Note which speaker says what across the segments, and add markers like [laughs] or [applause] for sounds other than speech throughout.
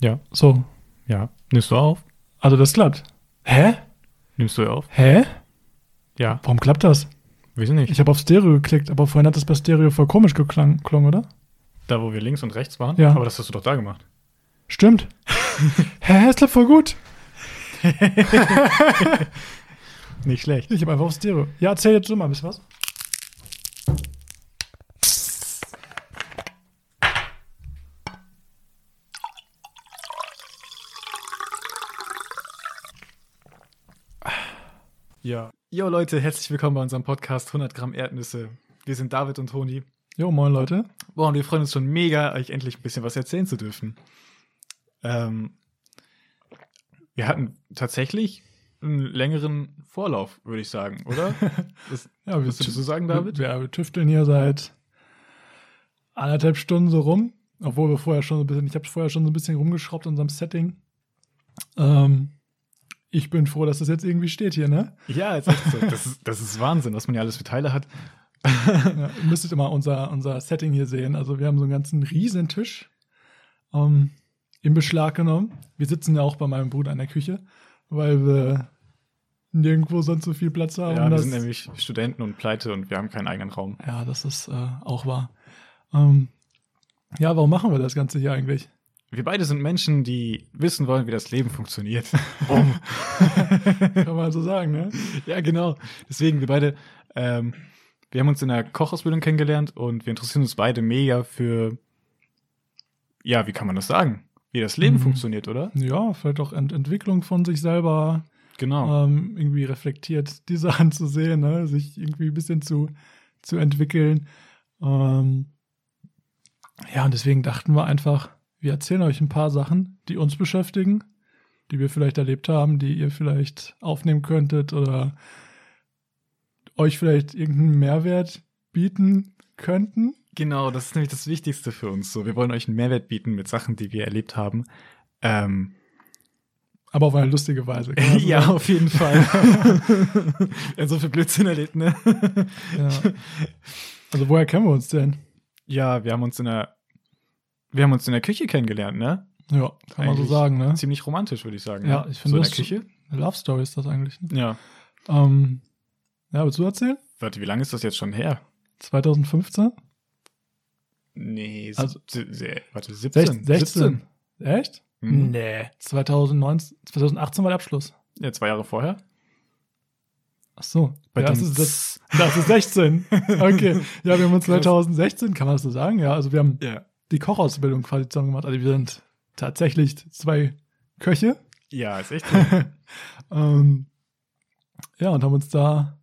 Speaker 1: Ja.
Speaker 2: So,
Speaker 1: Ja. Nimmst du auf?
Speaker 2: also das klappt. Hä?
Speaker 1: Nimmst du auf?
Speaker 2: Hä?
Speaker 1: Ja.
Speaker 2: Warum klappt das?
Speaker 1: Wieso nicht?
Speaker 2: Ich habe auf Stereo geklickt, aber vorhin hat das bei Stereo voll komisch geklang, klung, oder?
Speaker 1: Da, wo wir links und rechts waren?
Speaker 2: Ja.
Speaker 1: Aber das hast du doch da gemacht. [laughs]
Speaker 2: Stimmt. Hä, es klappt voll gut.
Speaker 1: Nicht schlecht.
Speaker 2: Ich habe einfach auf Stereo. Ja, erzähl jetzt du mal, bist was?
Speaker 1: Ja. Yo Leute, herzlich willkommen bei unserem Podcast 100 Gramm Erdnüsse. Wir sind David und Toni.
Speaker 2: Jo, moin Leute.
Speaker 1: Boah, und wir freuen uns schon mega, euch endlich ein bisschen was erzählen zu dürfen. Ähm, wir hatten tatsächlich einen längeren Vorlauf, würde ich sagen, [laughs] oder? Das,
Speaker 2: Ja, wir,
Speaker 1: Willst du
Speaker 2: tü-
Speaker 1: das so sagen, David?
Speaker 2: Wir, wir tüfteln hier seit anderthalb Stunden so rum, obwohl wir vorher schon so ein bisschen, ich habe vorher schon so ein bisschen rumgeschraubt in unserem Setting. Ähm, ich bin froh, dass das jetzt irgendwie steht hier,
Speaker 1: [laughs]
Speaker 2: ne?
Speaker 1: ja, ist echt so. Das ist, das ist Wahnsinn, was man ja alles für Teile hat.
Speaker 2: ja, ihr müsstet immer unser, unser Setting hier sehen. Also wir haben so einen ganzen riesen Tisch ähm, in Beschlag genommen. Wir sitzen ja auch bei meinem Bruder in der Küche, weil wir nirgendwo sonst so viel Platz haben.
Speaker 1: Ja, wir
Speaker 2: dass-
Speaker 1: sind nämlich Studenten und pleite und wir haben keinen eigenen Raum.
Speaker 2: Ja, das ist äh, auch wahr. Ähm, ja, warum machen wir das Ganze hier eigentlich?
Speaker 1: Wir beide sind Menschen, die wissen wollen, wie das Leben
Speaker 2: [laughs]
Speaker 1: funktioniert. Um,
Speaker 2: Kann man so sagen, ne?
Speaker 1: Ja, genau. Deswegen, wir beide, ähm, wir haben uns in der Kochausbildung kennengelernt und wir interessieren uns beide mega für, ja, wie kann man das sagen? Wie das Leben
Speaker 2: Mhm.
Speaker 1: funktioniert, oder?
Speaker 2: Ja, vielleicht auch Ent Entwicklung von sich selber
Speaker 1: Genau.
Speaker 2: ähm, irgendwie reflektiert, die [laughs] Sachen zu sehen, ne? sich irgendwie ein bisschen zu, zu entwickeln. Ähm, ja, und deswegen dachten wir einfach, wir erzählen euch ein paar Sachen, die uns beschäftigen, die wir vielleicht erlebt haben, die ihr vielleicht aufnehmen könntet oder euch vielleicht irgendeinen Mehrwert bieten könnten.
Speaker 1: Genau, das ist nämlich das Wichtigste für uns. So, wir wollen euch einen Mehrwert bieten mit Sachen, die wir erlebt haben. Ähm,
Speaker 2: Aber auf eine lustige Weise. kann man so
Speaker 1: [laughs] ja,
Speaker 2: sagen.
Speaker 1: auf
Speaker 2: [laughs]
Speaker 1: jeden Fall. ja, so viel Blödsinn erlebt, ne?
Speaker 2: ja. Also woher kennen wir uns denn?
Speaker 1: ja, wir haben uns in der, wir haben uns in der Küche kennengelernt, ne?
Speaker 2: Ja, kann man so
Speaker 1: Eigentlich
Speaker 2: sagen, ne?
Speaker 1: Ziemlich romantisch, würde ich sagen.
Speaker 2: Ja,
Speaker 1: ne?
Speaker 2: ich finde
Speaker 1: so in der
Speaker 2: das-
Speaker 1: Küche.
Speaker 2: Eine Love Story ist das eigentlich. Ne?
Speaker 1: Ja.
Speaker 2: Ähm, ja, willst du erzählen?
Speaker 1: Warte, wie lange ist das jetzt schon her?
Speaker 2: 2015?
Speaker 1: Nee,
Speaker 2: Also-
Speaker 1: siebze- se- warte, 17. 17.
Speaker 2: Echt?
Speaker 1: Mhm.
Speaker 2: Nee. 2019, 2018 war der Abschluss.
Speaker 1: Ja, zwei Jahre vorher.
Speaker 2: Ach so.
Speaker 1: Bei
Speaker 2: ja, das,
Speaker 1: dem
Speaker 2: ist, das, das ist
Speaker 1: [laughs]
Speaker 2: 16. Okay. Ja, wir haben uns
Speaker 1: Krass.
Speaker 2: 2016, kann man das so sagen? Ja, also wir haben
Speaker 1: Ja.
Speaker 2: die Kochausbildung quasi zusammen gemacht. Also wir sind tatsächlich zwei Köche.
Speaker 1: Ja, ist [laughs] echt so.
Speaker 2: [laughs] ähm, ja, und haben uns da,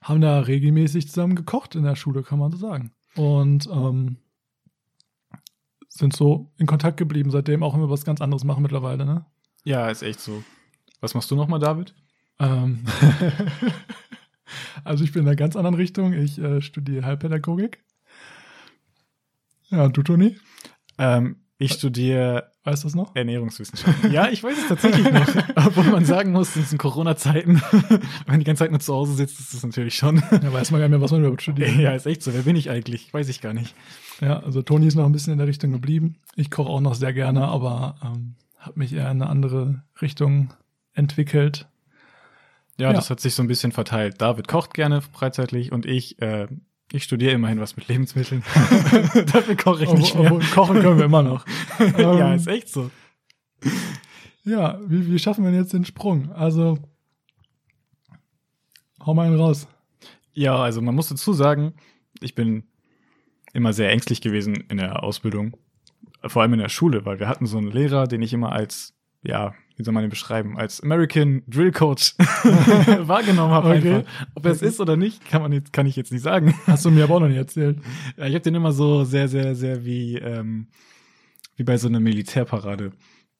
Speaker 2: haben da regelmäßig zusammen gekocht in der Schule, kann man so sagen. Und ähm, sind so in Kontakt geblieben, seitdem auch immer was ganz anderes machen mittlerweile, ne?
Speaker 1: ja, ist echt so. Was machst du nochmal, David?
Speaker 2: [laughs] Ähm, also ich bin in einer ganz anderen Richtung. Ich äh, studiere Heilpädagogik. Ja, und du, Toni,
Speaker 1: Ähm, ich studiere
Speaker 2: weißt du das noch?
Speaker 1: Ernährungswissenschaften. [laughs] ja, ich weiß es tatsächlich [laughs] noch. Obwohl man sagen muss, in diesen Corona-Zeiten, [laughs] wenn man die ganze Zeit nur zu Hause sitzt, ist das natürlich schon.
Speaker 2: Ja, weiß man gar nicht mehr, was man überhaupt [laughs] studiert.
Speaker 1: [laughs] ja, ist echt so. Wer bin ich eigentlich? Weiß ich gar nicht.
Speaker 2: Ja, also Toni ist noch ein bisschen in der Richtung geblieben. Ich koche auch noch sehr gerne, aber ähm, habe mich eher in eine andere Richtung entwickelt.
Speaker 1: Ja,
Speaker 2: Ja.
Speaker 1: das hat sich so ein bisschen verteilt. David kocht gerne freizeitlich und ich, äh, ich studiere immerhin was mit Lebensmitteln. [laughs] Dafür koche ich nicht
Speaker 2: Obwohl-
Speaker 1: mehr.
Speaker 2: obwohl, kochen können wir immer [laughs] noch. Ähm,
Speaker 1: ja, ist echt so.
Speaker 2: ja wie, wie schaffen wir denn jetzt den Sprung? Also, hau mal einen raus.
Speaker 1: Ja, also man muss dazu sagen, ich bin immer sehr ängstlich gewesen in der Ausbildung, vor allem in der Schule, weil wir hatten so einen Lehrer, den ich immer als, ja, wie soll man den beschreiben, als American Drill Coach [laughs] wahrgenommen habe.
Speaker 2: Okay.
Speaker 1: Einfach. Ob er es ist oder nicht, kann, man jetzt, kann ich jetzt nicht sagen.
Speaker 2: Hast du mir aber auch noch nicht erzählt.
Speaker 1: Ja, ich habe den immer so sehr, sehr, sehr wie, ähm, wie bei so einer Militärparade.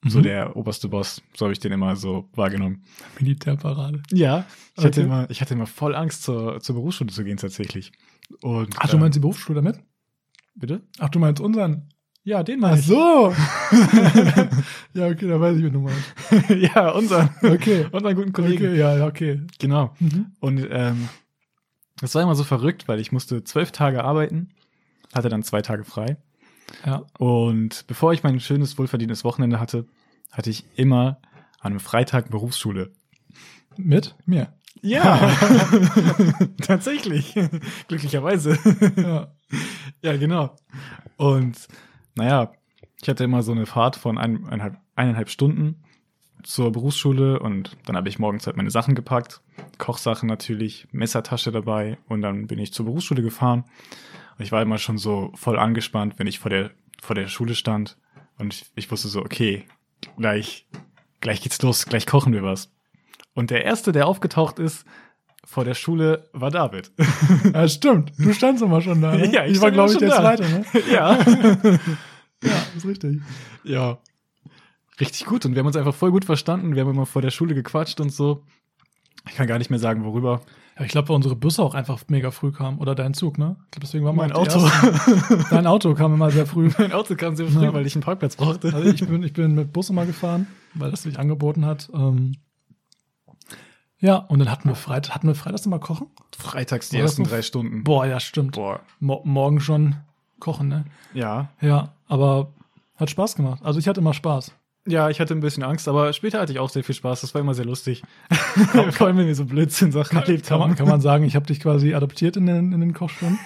Speaker 1: So
Speaker 2: Mhm.
Speaker 1: der oberste Boss, so habe ich den immer so wahrgenommen.
Speaker 2: Militärparade.
Speaker 1: Ja, ich, hatte,
Speaker 2: Okay.
Speaker 1: immer, ich hatte immer voll Angst, zur, zur Berufsschule zu gehen tatsächlich. Und, äh,
Speaker 2: Ach, du meinst die Berufsschule damit? [laughs]
Speaker 1: Bitte?
Speaker 2: Ähm. Ach, du meinst unseren?
Speaker 1: Ja, den
Speaker 2: Ach [laughs]
Speaker 1: meinst
Speaker 2: so. ja, okay, da weiß ich, wen du meinst.
Speaker 1: du. ja, unser,
Speaker 2: Okay.
Speaker 1: [laughs] unseren guten Kollegen.
Speaker 2: Okay, ja, ja, okay.
Speaker 1: Genau.
Speaker 2: Mhm.
Speaker 1: Und ähm, das war immer so verrückt, weil ich musste zwölf Tage arbeiten, hatte dann zwei Tage frei.
Speaker 2: Ja.
Speaker 1: Und bevor ich mein schönes, wohlverdientes Wochenende hatte, hatte ich immer an einem Freitag Berufsschule.
Speaker 2: Mit mir.
Speaker 1: Ja, [laughs] tatsächlich. Glücklicherweise.
Speaker 2: Ja.
Speaker 1: Ja, genau. Und naja, ich hatte immer so eine Fahrt von ein, eineinhalb, eineinhalb Stunden zur Berufsschule und dann habe ich morgens halt meine Sachen gepackt, Kochsachen natürlich, Messertasche dabei und dann bin ich zur Berufsschule gefahren. Und ich war immer schon so voll angespannt, wenn ich vor der, vor der Schule stand und ich, ich wusste so, okay, gleich, gleich geht's los, gleich kochen wir was. Und der erste, der aufgetaucht ist vor der Schule, war David.
Speaker 2: ja, stimmt. Du standst immer schon da. Ne?
Speaker 1: [laughs] Ja, ich
Speaker 2: ich war,
Speaker 1: stand
Speaker 2: glaube ich,
Speaker 1: schon
Speaker 2: der
Speaker 1: da.
Speaker 2: Zweite. Ne?
Speaker 1: [laughs] ja.
Speaker 2: Ja, ist richtig.
Speaker 1: Ja. Richtig gut. Und wir haben uns einfach voll gut verstanden. Wir haben immer vor der Schule gequatscht und so. Ich kann gar nicht mehr sagen, worüber.
Speaker 2: Ja, ich glaube, weil unsere Busse auch einfach mega früh kamen. Oder dein Zug, ne? Ich glaube, deswegen war
Speaker 1: Mein Auto.
Speaker 2: [laughs] Dein Auto kam immer sehr früh.
Speaker 1: [laughs] mein Auto kam sehr früh,
Speaker 2: Ja.
Speaker 1: weil ich einen Parkplatz brauchte.
Speaker 2: Also ich bin, ich bin mit Bus immer gefahren, weil das sich angeboten hat. Ähm ja, und dann hatten wir Freitag, hatten wir Freitags immer kochen?
Speaker 1: Freitags die
Speaker 2: War das
Speaker 1: ersten
Speaker 2: so-
Speaker 1: drei Stunden.
Speaker 2: Boah, ja, stimmt.
Speaker 1: Boah.
Speaker 2: Mo morgen schon kochen, ne?
Speaker 1: Ja.
Speaker 2: Ja, aber hat Spaß gemacht. Also ich hatte immer Spaß.
Speaker 1: Ja, ich hatte ein bisschen Angst, aber später hatte ich auch sehr viel Spaß. Das war immer sehr [laughs] lustig. Vor allem, wenn wir so Blödsinn-Sachen erlebt
Speaker 2: Kann man,
Speaker 1: haben.
Speaker 2: kann man sagen, ich habe dich quasi adoptiert in den, in den Kochstunden.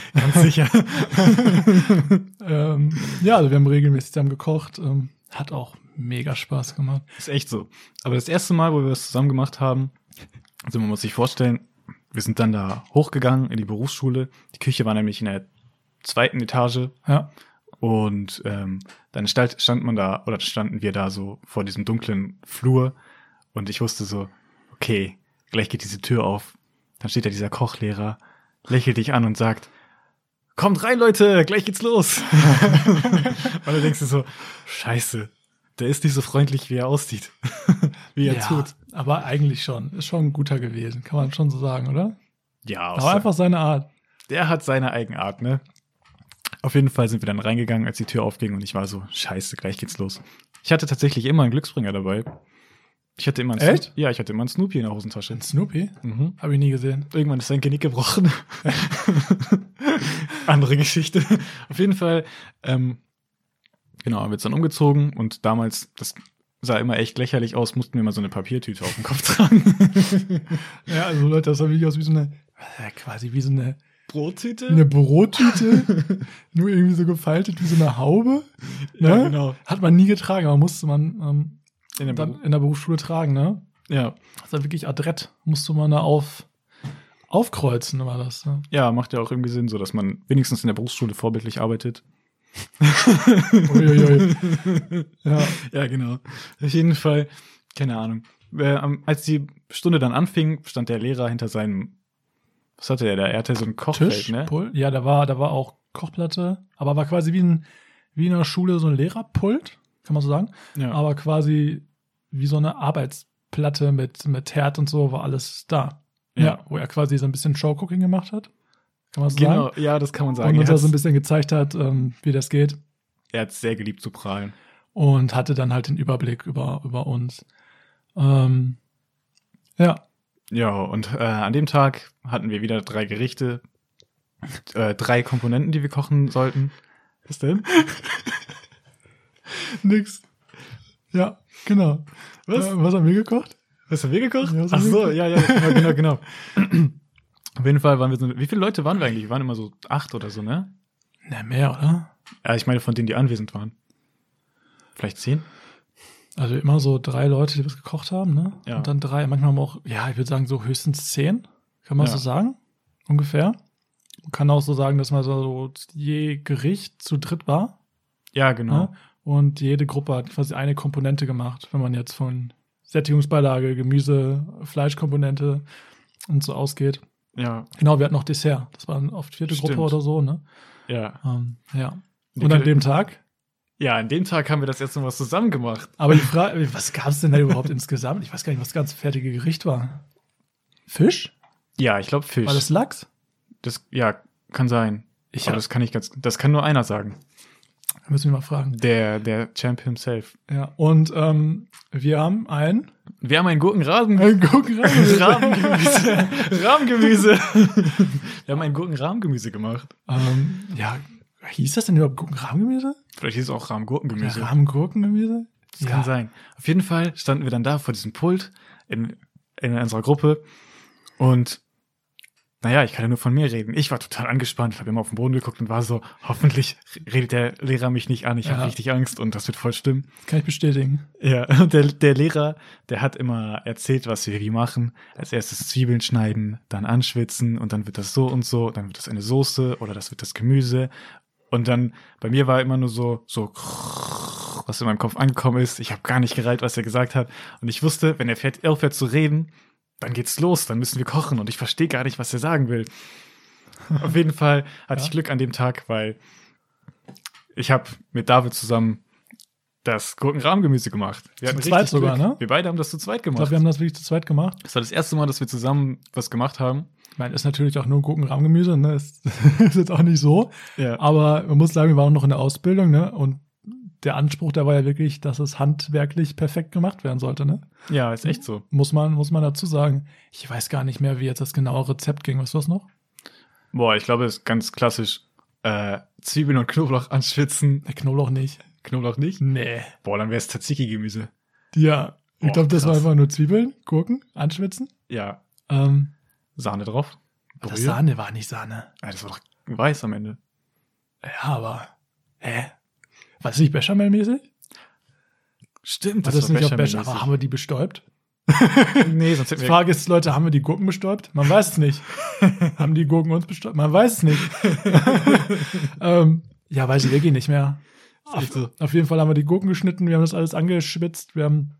Speaker 1: [laughs] Ganz sicher.
Speaker 2: ähm, ja, also wir haben regelmäßig zusammen gekocht. Ähm, hat auch mega Spaß gemacht.
Speaker 1: Ist echt so. Aber das erste Mal, wo wir das zusammen gemacht haben, also man muss sich vorstellen, wir sind dann da hochgegangen in die Berufsschule. Die Küche war nämlich in der zweiten Etage
Speaker 2: Ja,
Speaker 1: Und ähm, dann stand, stand man da, oder standen wir da so vor diesem dunklen Flur und ich wusste so, okay, gleich geht diese Tür auf. Dann steht da dieser Kochlehrer, lächelt dich an und sagt, kommt rein, Leute, gleich geht's los. und dann denkst du so, scheiße, der ist nicht so freundlich, wie er aussieht, [laughs] wie er tut.
Speaker 2: aber eigentlich schon. Ist schon ein guter gewesen, kann man schon so sagen, oder?
Speaker 1: Ja,
Speaker 2: Aber
Speaker 1: außer-
Speaker 2: einfach seine Art.
Speaker 1: der hat seine Eigenart, ne? Auf jeden Fall sind wir dann reingegangen, als die Tür aufging und ich war so, scheiße, gleich geht's los. Ich hatte tatsächlich immer einen Glücksbringer dabei. Ich hatte immer einen
Speaker 2: Echt?
Speaker 1: Snoopy. Ja, ich hatte immer einen Snoopy in der Hosentasche.
Speaker 2: Den Snoopy
Speaker 1: Mhm.
Speaker 2: habe ich nie gesehen.
Speaker 1: Irgendwann ist sein Genick gebrochen. [laughs] Andere Geschichte. Auf jeden Fall, ähm, genau, haben wir jetzt dann umgezogen und damals, das sah immer echt lächerlich aus, mussten wir immer so eine Papiertüte auf dem Kopf tragen.
Speaker 2: Ja, also Leute, das sah wirklich aus wie so eine, äh, quasi wie so eine,
Speaker 1: Brottüte?
Speaker 2: eine Brottüte,
Speaker 1: [laughs]
Speaker 2: nur irgendwie so gefaltet wie so eine Haube. Ne?
Speaker 1: Ja, genau.
Speaker 2: Hat man nie getragen, aber musste man ähm,
Speaker 1: In der
Speaker 2: dann
Speaker 1: Beru-
Speaker 2: in der Berufsschule tragen, ne?
Speaker 1: ja.
Speaker 2: Das war wirklich adrett, musste man da auf, aufkreuzen, war das. Ne?
Speaker 1: Ja, macht ja auch irgendwie Sinn, so dass man wenigstens in der Berufsschule vorbildlich arbeitet.
Speaker 2: Uiuiui.
Speaker 1: [laughs]
Speaker 2: ja.
Speaker 1: Ja, genau. Auf jeden Fall, keine Ahnung. Äh, am- als die Stunde dann anfing, stand der Lehrer hinter seinem, was hatte er da? Er hatte so ein Kochfeld,
Speaker 2: Tisch,
Speaker 1: ne?
Speaker 2: Pult. Ja, da war, da war auch Kochplatte, aber war quasi wie, ein, wie in einer Schule so ein Lehrerpult, kann man so sagen.
Speaker 1: Ja.
Speaker 2: aber quasi wie so eine Arbeitsplatte mit, mit Herd und so war alles da.
Speaker 1: Ja.
Speaker 2: Ja. wo er quasi so ein bisschen Showcooking gemacht hat. Kann man so
Speaker 1: genau,
Speaker 2: sagen.
Speaker 1: ja, das kann man sagen.
Speaker 2: und uns
Speaker 1: Er
Speaker 2: da so ein
Speaker 1: hat
Speaker 2: bisschen gezeigt hat, ähm, wie das geht.
Speaker 1: er hat's sehr geliebt zu prahlen.
Speaker 2: Und hatte dann halt den Überblick über, über uns. Ähm, ja,
Speaker 1: Ja, und äh, an dem Tag hatten wir wieder drei Gerichte, äh, drei Komponenten, die wir kochen sollten. Was denn?
Speaker 2: nix. Ja, genau.
Speaker 1: Was?
Speaker 2: Äh, was haben wir gekocht?
Speaker 1: Was haben wir gekocht?
Speaker 2: Ja, was
Speaker 1: Ach
Speaker 2: haben wir
Speaker 1: so,
Speaker 2: gekocht?
Speaker 1: ja, ja, genau, genau, genau. [clears throat] Auf jeden Fall waren wir so, wie viele Leute waren wir eigentlich? Wir waren immer so acht oder so, ne?
Speaker 2: Na, mehr, oder?
Speaker 1: Ja, ich meine von denen, die anwesend waren. Vielleicht zehn?
Speaker 2: Also immer so drei Leute, die was gekocht haben, ne?
Speaker 1: Ja.
Speaker 2: Und dann drei, manchmal haben wir auch, ja, ich würde sagen, so höchstens zehn, kann man
Speaker 1: Ja.
Speaker 2: so sagen, ungefähr. Man kann auch so sagen, dass man so je Gericht zu dritt war.
Speaker 1: Ja, genau.
Speaker 2: Ne? Und jede Gruppe hat quasi eine Komponente gemacht, wenn man jetzt von Sättigungsbeilage, Gemüse, Fleischkomponente und so ausgeht.
Speaker 1: Ja,
Speaker 2: Genau, wir hatten noch Dessert. Das war oft vierte
Speaker 1: Stimmt.
Speaker 2: Gruppe oder so, ne?
Speaker 1: ja.
Speaker 2: Ähm, ja.
Speaker 1: Die
Speaker 2: Und an
Speaker 1: Kle-
Speaker 2: dem Tag
Speaker 1: Ja, an dem Tag haben wir das jetzt noch was zusammen gemacht.
Speaker 2: Aber die Frage, was gab es denn da überhaupt insgesamt? Ich weiß gar nicht, was das ganz fertige Gericht war. Fisch?
Speaker 1: Ja, ich glaube Fisch.
Speaker 2: War das Lachs?
Speaker 1: das, ja, kann sein.
Speaker 2: Ich
Speaker 1: Aber
Speaker 2: hab,
Speaker 1: das kann ich ganz, das kann nur einer sagen.
Speaker 2: müssen wir mal fragen.
Speaker 1: Der, der Champ himself.
Speaker 2: Ja. Und ähm, wir haben ein
Speaker 1: Wir haben einen Gurkenrasen. [laughs]
Speaker 2: Gurkenrahmen. [laughs]
Speaker 1: Rahmgemüse. Rahmgemüse. wir haben ein Gurkenrahmgemüse gemacht.
Speaker 2: ähm, ja, Hieß das denn überhaupt Gurkenrahmgemüse?
Speaker 1: Vielleicht ist es auch
Speaker 2: Oder
Speaker 1: Rahmengurkengemüse.
Speaker 2: Rahmengurkengemüse?
Speaker 1: Das kann sein. Auf jeden Fall standen wir dann da vor diesem Pult in, in unserer Gruppe und naja, ich kann ja nur von mir reden. Ich war total angespannt, habe immer auf den Boden geguckt und war so, hoffentlich redet der Lehrer mich nicht an, ich
Speaker 2: Ja.
Speaker 1: habe richtig Angst und das wird voll stimmen.
Speaker 2: Kann ich bestätigen.
Speaker 1: Ja, [laughs] und der, der Lehrer, der hat immer erzählt, was wir wie machen. Als erstes Zwiebeln schneiden, dann anschwitzen und dann wird das so und so, dann wird das eine Soße oder das wird das Gemüse. Und dann, bei mir war immer nur so, so, was in meinem Kopf angekommen ist. Ich habe gar nicht gereiht, was er gesagt hat. Und ich wusste, wenn er fährt, aufhört zu reden, dann geht's los, dann müssen wir kochen. Und ich verstehe gar nicht, was er sagen will.
Speaker 2: [laughs]
Speaker 1: Auf jeden Fall hatte
Speaker 2: Ja.
Speaker 1: ich Glück an dem Tag, weil ich habe mit David zusammen das Gurkenrahmgemüse gemacht. Wir
Speaker 2: Zu
Speaker 1: hatten
Speaker 2: zweit
Speaker 1: richtig
Speaker 2: sogar,
Speaker 1: Glück.
Speaker 2: ne?
Speaker 1: Wir beide haben das zu zweit
Speaker 2: Ich
Speaker 1: gemacht.
Speaker 2: glaube, wir haben das wirklich zu zweit gemacht.
Speaker 1: das war das erste Mal, dass wir zusammen was gemacht haben.
Speaker 2: Ich meine, ist natürlich auch nur Gurkenrahmgemüse, ne? Ist, [laughs] ist jetzt auch nicht so.
Speaker 1: Ja.
Speaker 2: Aber man muss sagen, wir waren auch noch in der Ausbildung, ne? Und der Anspruch, da war ja wirklich, dass es handwerklich perfekt gemacht werden sollte, ne?
Speaker 1: ja, ist echt so.
Speaker 2: Muss man, muss man dazu sagen. Ich weiß gar nicht mehr, wie jetzt das genaue Rezept ging. Weißt du das noch?
Speaker 1: Boah, ich glaube, es ist ganz klassisch. Äh, Zwiebeln und Knoblauch anschwitzen.
Speaker 2: Der Knoblauch nicht.
Speaker 1: Knoblauch nicht?
Speaker 2: Nee.
Speaker 1: Boah, dann wäre es Tzatziki-Gemüse.
Speaker 2: Ja. Ich
Speaker 1: Boah,
Speaker 2: glaube, das war
Speaker 1: krass.
Speaker 2: einfach nur Zwiebeln, Gurken, anschwitzen.
Speaker 1: Ja,
Speaker 2: Ähm,
Speaker 1: Sahne drauf.
Speaker 2: das
Speaker 1: Brühe.
Speaker 2: Sahne war nicht Sahne.
Speaker 1: Ah, das war doch weiß am Ende.
Speaker 2: Ja, aber. Hä? War das nicht Bechamelmäßig?
Speaker 1: Stimmt,
Speaker 2: War das, nicht auf Bechamel? Aber haben
Speaker 1: Bechamel.
Speaker 2: wir die bestäubt?
Speaker 1: Nee, sonst hätten
Speaker 2: Die
Speaker 1: wir
Speaker 2: Frage ist, Leute, haben wir die Gurken bestäubt? Man weiß es
Speaker 1: [laughs]
Speaker 2: nicht. haben die Gurken uns bestäubt? Man weiß es nicht. ähm, ja, weiß ich wirklich nicht mehr. Auf,
Speaker 1: so.
Speaker 2: auf jeden Fall haben wir die Gurken geschnitten, wir haben das alles angeschwitzt, wir haben,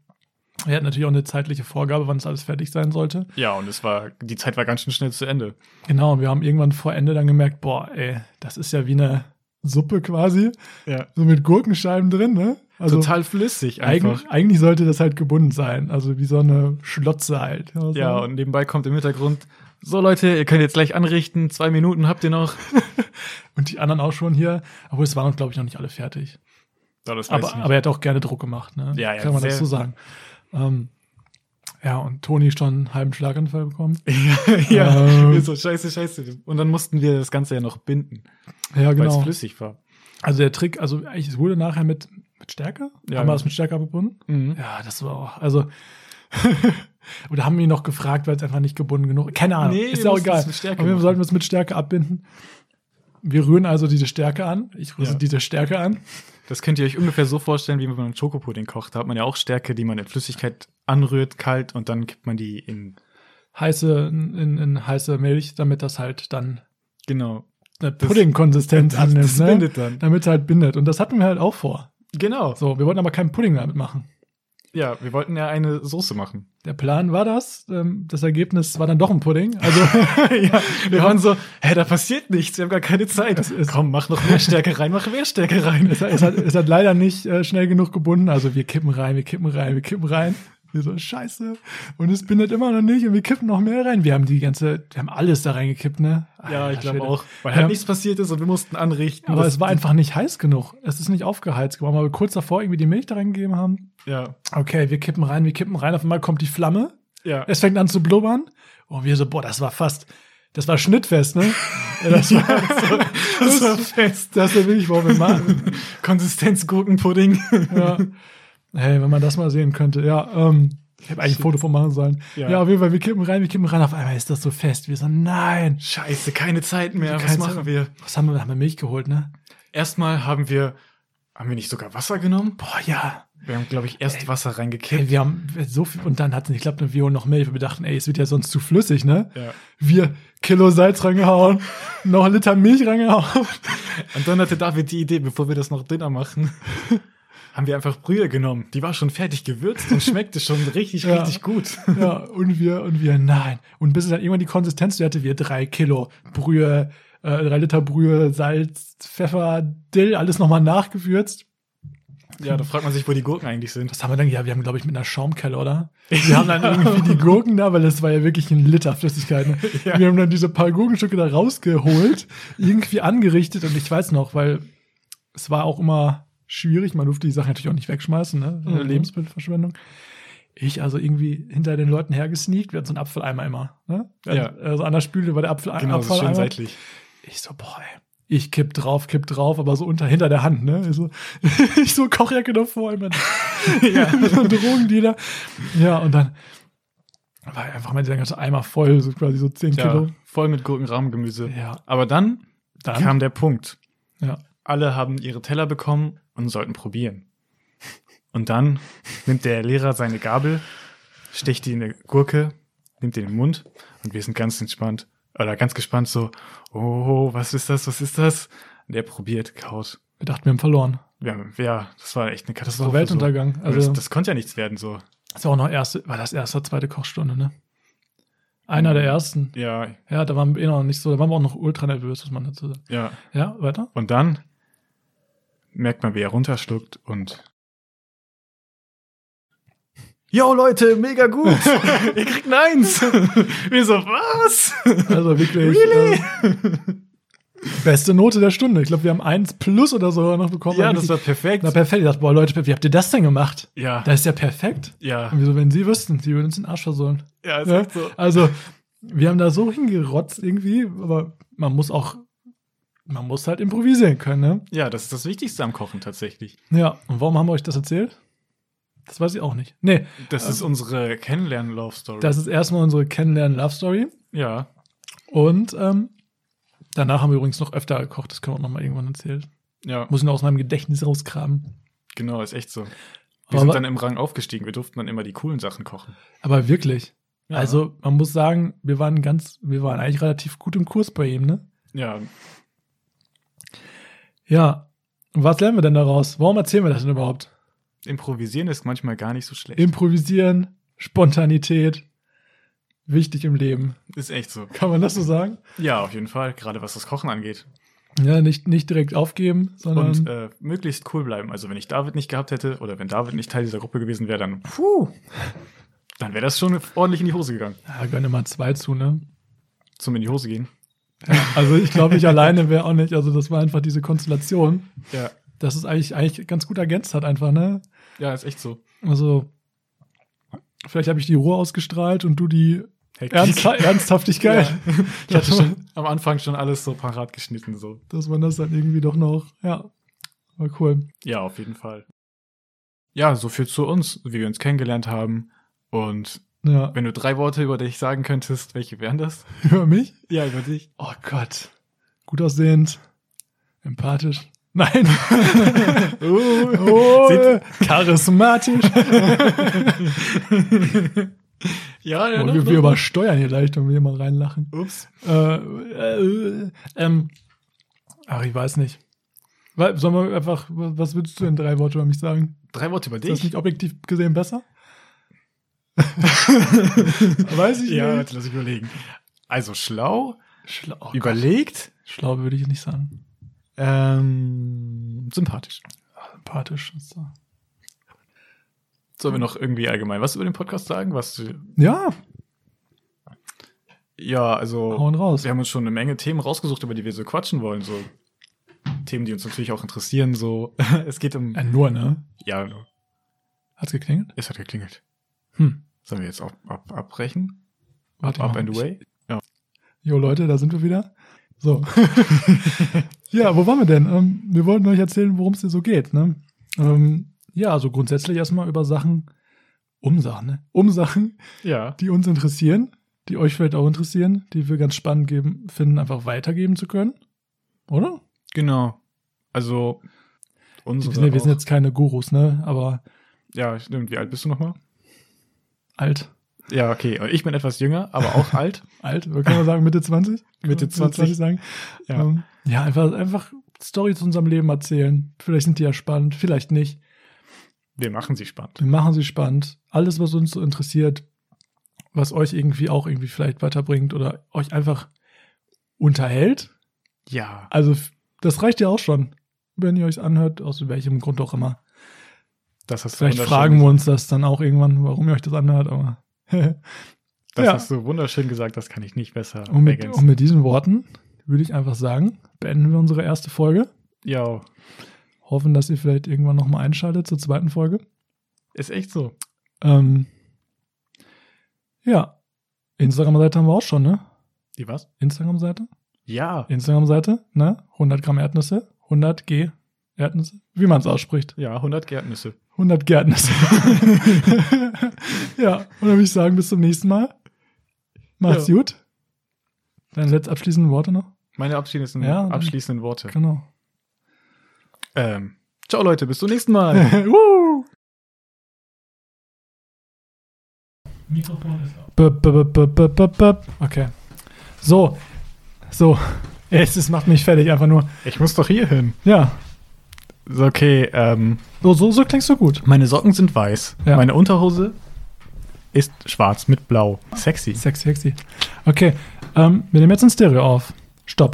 Speaker 2: wir hatten natürlich auch eine zeitliche Vorgabe, wann es alles fertig sein sollte.
Speaker 1: Ja, und es war, die Zeit war ganz schön schnell zu Ende.
Speaker 2: Genau, und wir haben irgendwann vor Ende dann gemerkt, boah, ey, das ist ja wie eine Suppe quasi,
Speaker 1: Ja.
Speaker 2: so mit Gurkenscheiben drin, ne? Also
Speaker 1: Total flüssig einfach.
Speaker 2: eigentlich, eigentlich sollte das halt gebunden sein, also wie so eine Schlotze halt. kann man
Speaker 1: Ja,
Speaker 2: sagen.
Speaker 1: und nebenbei kommt im Hintergrund, so Leute, ihr könnt jetzt gleich anrichten, zwei Minuten habt ihr noch.
Speaker 2: Und die anderen auch schon hier. Obwohl es waren, glaube ich, noch nicht alle fertig.
Speaker 1: Ja, das
Speaker 2: Aber, aber er hat auch gerne Druck gemacht, ne?
Speaker 1: Ja, ja,
Speaker 2: Kann man
Speaker 1: sehr.
Speaker 2: das so sagen. Ähm, ja, und Toni schon einen halben Schlaganfall bekommen.
Speaker 1: nicht. [laughs] ja,
Speaker 2: Ähm.
Speaker 1: Wir so scheiße, scheiße. Und dann mussten wir das Ganze ja noch binden,
Speaker 2: Ja,
Speaker 1: weil es
Speaker 2: genau.
Speaker 1: flüssig war.
Speaker 2: Also der Trick, also ich es wurde nachher mit, mit Stärke.
Speaker 1: Ja,
Speaker 2: haben wir
Speaker 1: genau.
Speaker 2: das mit Stärke abgebunden?
Speaker 1: Mhm.
Speaker 2: Ja, das war auch. Also. [laughs] Oder haben wir ihn noch gefragt, weil es einfach nicht gebunden genug Keine Ahnung.
Speaker 1: Nee,
Speaker 2: ist
Speaker 1: wir
Speaker 2: ja auch
Speaker 1: mussten
Speaker 2: egal.
Speaker 1: es mit Stärke
Speaker 2: Aber wir
Speaker 1: machen.
Speaker 2: sollten es mit Stärke abbinden. Wir rühren also diese Stärke an. Ich rühre
Speaker 1: Ja.
Speaker 2: diese Stärke an.
Speaker 1: Das könnt ihr euch ungefähr so vorstellen, wie wenn man einen Schokopudding kocht. Da hat man ja auch Stärke, die man in Flüssigkeit anrührt, kalt, und dann kippt man die in.
Speaker 2: Heiße, in, in heiße Milch, damit das halt dann
Speaker 1: Genau.
Speaker 2: eine Pudding-Konsistenz annimmt,
Speaker 1: das
Speaker 2: ne?
Speaker 1: bindet dann.
Speaker 2: damit es halt bindet. Und das hatten wir halt auch vor.
Speaker 1: Genau.
Speaker 2: So, wir wollten aber keinen Pudding damit machen.
Speaker 1: Ja, wir wollten ja eine Soße machen.
Speaker 2: Der Plan war das. Ähm, das Ergebnis war dann doch ein Pudding. Also,
Speaker 1: [laughs] ja, wir waren so, hä, da passiert nichts, wir haben gar
Speaker 2: [laughs]
Speaker 1: keine Zeit. Komm, mach noch mehr Stärke rein, mach mehr Stärke rein.
Speaker 2: es, hat- es, hat, es hat leider nicht äh, schnell genug gebunden. Also, wir kippen rein, wir kippen rein, wir kippen rein. Wir so, scheiße. Und es bindet immer noch nicht. Und wir kippen noch mehr rein. Wir haben die ganze, wir haben alles da reingekippt, ne?
Speaker 1: Ah, Ja, ich
Speaker 2: Alter
Speaker 1: glaube
Speaker 2: Schwede.
Speaker 1: auch, weil halt
Speaker 2: Ja.
Speaker 1: nichts passiert ist und wir mussten anrichten.
Speaker 2: Aber
Speaker 1: das-
Speaker 2: es war einfach nicht heiß genug. Es ist nicht aufgeheizt geworden, weil wir kurz davor irgendwie die Milch da reingegeben haben.
Speaker 1: ja,
Speaker 2: Okay, wir kippen rein, wir kippen rein. Auf einmal kommt die Flamme.
Speaker 1: ja.
Speaker 2: Es fängt an zu blubbern und wir so, boah, das war fast, das war schnittfest,
Speaker 1: [laughs]
Speaker 2: ne? Ja, das war,
Speaker 1: [laughs] das war fest.
Speaker 2: das war wirklich, warum wir machen.
Speaker 1: Konsistenz [laughs] Gurkenpudding.
Speaker 2: Ja. Hey, wenn man das mal sehen könnte, ja, ähm, ich hätte eigentlich ein Foto von machen sollen. Ja.
Speaker 1: Ja.
Speaker 2: auf jeden Fall, wir kippen rein, wir kippen rein, auf einmal ist das so fest. Wir so, nein.
Speaker 1: Scheiße, keine Zeit mehr.
Speaker 2: Keine
Speaker 1: Was
Speaker 2: Zeit
Speaker 1: machen
Speaker 2: mehr.
Speaker 1: wir?
Speaker 2: Was haben wir, haben wir Milch geholt, ne?
Speaker 1: Erstmal haben wir, haben wir nicht sogar Wasser genommen?
Speaker 2: Boah, ja.
Speaker 1: Wir haben, glaube ich, erst Wasser reingekippt.
Speaker 2: Ey, wir haben so viel, und dann hat es nicht geklappt und wir holen noch Milch. Wir dachten, ey, es wird ja sonst zu flüssig, ne?
Speaker 1: Ja.
Speaker 2: Wir Kilo Salz reingehauen, noch einen Liter Milch reingehauen.
Speaker 1: Und dann hatte David die Idee, bevor wir das noch dünner machen, [laughs] haben wir einfach Brühe genommen. Die war schon fertig gewürzt und schmeckte schon richtig,
Speaker 2: Ja.
Speaker 1: richtig gut.
Speaker 2: Ja, und wir, und wir, nein. Und bis es dann irgendwann die Konsistenz hatte, wir drei Kilo Brühe, äh, drei Liter Brühe, Salz, Pfeffer, Dill, alles nochmal nachgewürzt.
Speaker 1: Ja, da fragt man sich, wo die Gurken eigentlich sind.
Speaker 2: Was haben wir dann? Ja, wir haben, glaube ich, mit einer Schaumkelle, oder? Wir haben dann
Speaker 1: [laughs]
Speaker 2: irgendwie die Gurken da, weil das war ja wirklich ein Liter Flüssigkeit. Ne?
Speaker 1: Ja.
Speaker 2: Wir haben dann diese paar Gurkenstücke da rausgeholt, irgendwie angerichtet und ich weiß noch, weil es war auch immer schwierig, man durfte die Sachen natürlich auch nicht wegschmeißen, ne?
Speaker 1: Mhm.
Speaker 2: Lebensmittelverschwendung. Ich also irgendwie hinter den Leuten hergesneakt, wir hatten so einen Apfeleimer immer. Ne?
Speaker 1: Ja.
Speaker 2: Also an der Spüle war der Apfel
Speaker 1: Genau, so schön
Speaker 2: Apfeleimer.
Speaker 1: seitlich.
Speaker 2: Ich so, boah, ey, ich kipp drauf, kipp drauf, aber so unter hinter der Hand, ne? Also, [laughs] ich so Kochjacke noch vor ihm. [laughs] ja. Drogendealer. Ja, und dann war einfach mal dieser ganze Eimer voll, so quasi so 10
Speaker 1: Ja,
Speaker 2: Kilo.
Speaker 1: voll mit Gurkenrahmgemüse.
Speaker 2: Ja.
Speaker 1: Aber dann,
Speaker 2: Dann?
Speaker 1: kam der Punkt.
Speaker 2: Ja.
Speaker 1: Alle haben ihre Teller bekommen und sollten probieren. Und dann nimmt der Lehrer seine Gabel, sticht die in eine Gurke, nimmt die in den Mund und wir sind ganz entspannt oder ganz gespannt so, oh, was ist das, was ist das? Und er probiert, kaut.
Speaker 2: Wir dachten, wir haben verloren.
Speaker 1: Wir haben, ja, das war echt eine
Speaker 2: Das war
Speaker 1: Katastrophe.
Speaker 2: Weltuntergang.
Speaker 1: So. Also,
Speaker 2: Also,
Speaker 1: das,
Speaker 2: das,
Speaker 1: das konnte ja nichts werden so.
Speaker 2: war auch noch erste, war das erste, zweite Kochstunde, ne? Einer der ersten.
Speaker 1: Ja,
Speaker 2: Ja, da waren wir eh noch nicht so, da waren wir auch noch ultra nervös, muss man dazu sagen.
Speaker 1: ja.
Speaker 2: Ja, weiter?
Speaker 1: Und dann merkt man, wie er runterschluckt und Yo Leute, mega gut! [laughs] Ihr kriegt ein Eins! [laughs] Wir so, was?
Speaker 2: Also wirklich.
Speaker 1: Really?
Speaker 2: äh, beste Note der Stunde. Ich glaube, wir haben eins plus oder so noch bekommen.
Speaker 1: ja,
Speaker 2: Weil
Speaker 1: das
Speaker 2: wirklich-
Speaker 1: war perfekt.
Speaker 2: na, perfekt. Ich dachte, boah, Leute, wie habt ihr das denn gemacht?
Speaker 1: Ja,
Speaker 2: Das ist ja perfekt.
Speaker 1: ja,
Speaker 2: Und wieso, wenn sie wüssten, sie würden uns den Arsch versohlen.
Speaker 1: ja, ist
Speaker 2: Ja.
Speaker 1: echt so.
Speaker 2: Also, wir haben da so hingerotzt irgendwie, aber man muss auch, man muss halt improvisieren können, ne?
Speaker 1: Ja, das ist das Wichtigste am Kochen tatsächlich.
Speaker 2: Ja, und warum haben wir euch das erzählt? Das weiß ich auch nicht. Nee,
Speaker 1: Das ist unsere Kennenlernen-Love-Story.
Speaker 2: das ist erstmal unsere Kennenlernen-Love-Story.
Speaker 1: ja,
Speaker 2: Und ähm, danach haben wir übrigens noch öfter gekocht, das können wir auch nochmal irgendwann erzählen.
Speaker 1: ja,
Speaker 2: Muss ich noch aus meinem Gedächtnis rausgraben.
Speaker 1: genau, ist echt so.
Speaker 2: Aber-
Speaker 1: Wir sind dann im Rang aufgestiegen. Wir durften dann immer die coolen Sachen kochen.
Speaker 2: Aber wirklich.
Speaker 1: Ja.
Speaker 2: Also, man muss sagen, wir waren ganz, wir waren eigentlich relativ gut im Kurs bei ihm, ne?
Speaker 1: Ja,
Speaker 2: Ja. Und was lernen wir denn daraus? Warum erzählen wir das denn überhaupt?
Speaker 1: improvisieren ist manchmal gar nicht so schlecht.
Speaker 2: Improvisieren, Spontanität, wichtig im Leben. [laughs]
Speaker 1: ist echt so.
Speaker 2: Kann man das so sagen?
Speaker 1: Ja, auf jeden Fall. Gerade was das Kochen angeht.
Speaker 2: Ja, nicht, nicht direkt aufgeben, sondern.
Speaker 1: Und äh, möglichst cool bleiben. Also wenn ich David nicht gehabt hätte oder wenn David nicht Teil dieser Gruppe gewesen wäre, dann,
Speaker 2: puh.
Speaker 1: dann wäre das schon ordentlich in die Hose gegangen.
Speaker 2: Ja, gönn immer zwei zu, ne?
Speaker 1: Zum in die Hose gehen.
Speaker 2: Also, ich glaube, ich [laughs] alleine wäre auch nicht. Also, das war einfach diese Konstellation,
Speaker 1: Ja,
Speaker 2: dass es eigentlich, eigentlich ganz gut ergänzt hat, einfach, ne?
Speaker 1: ja, ist echt so.
Speaker 2: Also, vielleicht habe ich die Ruhe ausgestrahlt und du die Ernst,
Speaker 1: Hektik.
Speaker 2: Ernsthaftigkeit.
Speaker 1: Ich hatte schon am Anfang schon alles so parat geschnitten. So.
Speaker 2: [laughs] dass man das dann irgendwie doch noch, ja, war cool.
Speaker 1: Ja, auf jeden Fall. Ja, so viel zu uns, wie wir uns kennengelernt haben. Und
Speaker 2: Ja,
Speaker 1: wenn du drei Worte über dich sagen könntest, welche wären das?
Speaker 2: über mich?
Speaker 1: Ja, [laughs] über [laughs] dich.
Speaker 2: Oh Gott. Gut aussehend, empathisch. [laughs] Nein.
Speaker 1: Oh,
Speaker 2: Sind- charismatisch.
Speaker 1: ja, ja.
Speaker 2: Oh,
Speaker 1: doch,
Speaker 2: wir,
Speaker 1: doch,
Speaker 2: wir
Speaker 1: doch.
Speaker 2: übersteuern hier leicht, wenn wir hier mal reinlachen.
Speaker 1: Ups.
Speaker 2: Äh, äh, ähm, ach, ich weiß nicht. Wa- Sollen wir einfach, wa- was würdest du in drei Worte über mich sagen?
Speaker 1: Drei Worte über
Speaker 2: Ist das
Speaker 1: dich?
Speaker 2: nicht objektiv gesehen [laughs] besser? weiß ich
Speaker 1: Ja,
Speaker 2: nicht.
Speaker 1: warte, lass ich überlegen. Also schlau,
Speaker 2: Schlau, oh Gott.
Speaker 1: überlegt,
Speaker 2: Schlau würde ich nicht sagen.
Speaker 1: Ähm, sympathisch.
Speaker 2: Empathisch. ist so.
Speaker 1: Sollen wir noch irgendwie allgemein was über den Podcast sagen? Was, du-
Speaker 2: Ja,
Speaker 1: ja, also,
Speaker 2: hauen raus.
Speaker 1: wir haben uns schon eine Menge Themen rausgesucht, über die wir so quatschen wollen. So Themen, die uns natürlich auch interessieren. So, [laughs] es geht um.
Speaker 2: Äh, nur, ne?
Speaker 1: Ja,
Speaker 2: Hat's geklingelt?
Speaker 1: es hat geklingelt.
Speaker 2: Hm.
Speaker 1: Sollen wir jetzt ab, ab, abbrechen?
Speaker 2: Warte
Speaker 1: Up
Speaker 2: mal.
Speaker 1: and away?
Speaker 2: Jo, Leute, da sind wir wieder. So. [laughs] ja, wo waren wir denn? Ähm, wir wollten euch erzählen, worum es dir so geht, ne? Ähm, ja, also grundsätzlich erstmal über Sachen, um Sachen, ne? Um Sachen,
Speaker 1: Ja.
Speaker 2: die uns interessieren, die euch vielleicht auch interessieren, die wir ganz spannend geben, finden, einfach weitergeben zu können. Oder?
Speaker 1: Genau. Also,
Speaker 2: Wir
Speaker 1: unsere.
Speaker 2: sind, ja, wir sind
Speaker 1: auch.
Speaker 2: jetzt keine Gurus, ne? Aber
Speaker 1: ja, stimmt. Wie alt bist du nochmal?
Speaker 2: alt.
Speaker 1: Ja, okay. Ich bin etwas jünger,
Speaker 2: [laughs]
Speaker 1: aber auch alt.
Speaker 2: Alt, kann
Speaker 1: [laughs]
Speaker 2: man sagen, Mitte 20? Kann
Speaker 1: Mitte
Speaker 2: man
Speaker 1: 20.
Speaker 2: sagen. Ja, ähm, ja einfach, einfach Story zu unserem Leben erzählen. Vielleicht sind die ja spannend, vielleicht nicht.
Speaker 1: Wir machen sie spannend.
Speaker 2: Wir machen sie spannend. Alles, was uns so interessiert, was euch irgendwie auch irgendwie vielleicht weiterbringt oder euch einfach unterhält.
Speaker 1: Ja.
Speaker 2: Also, f- das reicht ja auch schon, wenn ihr euch anhört, aus welchem Grund auch immer.
Speaker 1: Das hast du
Speaker 2: Vielleicht
Speaker 1: wunderschön
Speaker 2: fragen
Speaker 1: gesagt.
Speaker 2: wir uns das dann auch irgendwann, warum ihr euch das anhört, aber. [laughs]
Speaker 1: Das
Speaker 2: Ja.
Speaker 1: hast du wunderschön gesagt, das kann ich nicht besser
Speaker 2: und, mit,
Speaker 1: ergänzen.
Speaker 2: und mit diesen Worten würde ich einfach sagen, beenden wir unsere erste Folge.
Speaker 1: Ja,
Speaker 2: Hoffen, dass ihr vielleicht irgendwann nochmal einschaltet zur zweiten Folge.
Speaker 1: ist echt so.
Speaker 2: Ähm, ja, Instagram-Seite haben wir auch schon, ne?
Speaker 1: Die was?
Speaker 2: Instagram-Seite?
Speaker 1: Ja.
Speaker 2: Instagram-Seite, ne? 100 Gramm Erdnüsse, 100 G Erdnüsse, wie man es ausspricht.
Speaker 1: Ja, 100 Gärtnisse.
Speaker 2: 100 Gärtnisse. [laughs] ja, und dann würde ich sagen, bis zum nächsten Mal. Macht's
Speaker 1: Ja.
Speaker 2: gut. Deine letzten abschließenden Worte noch?
Speaker 1: Meine abschließenden,
Speaker 2: Ja, dann-
Speaker 1: abschließenden Worte.
Speaker 2: Genau.
Speaker 1: Ähm, ciao, Leute, bis zum nächsten Mal.
Speaker 2: Woo! B- b- b- b- b- b- b- Okay. So. So. [laughs] Es, es macht mich fertig, einfach nur.
Speaker 1: [laughs] ich muss doch hier hin.
Speaker 2: Ja.
Speaker 1: So, Okay, ähm,
Speaker 2: So, so, so klingst du gut.
Speaker 1: meine Socken sind weiß.
Speaker 2: Ja.
Speaker 1: Meine Unterhose ist schwarz mit blau. Sexy.
Speaker 2: Sexy, sexy. Okay. Ähm, wir nehmen jetzt ein Stereo auf. Stopp.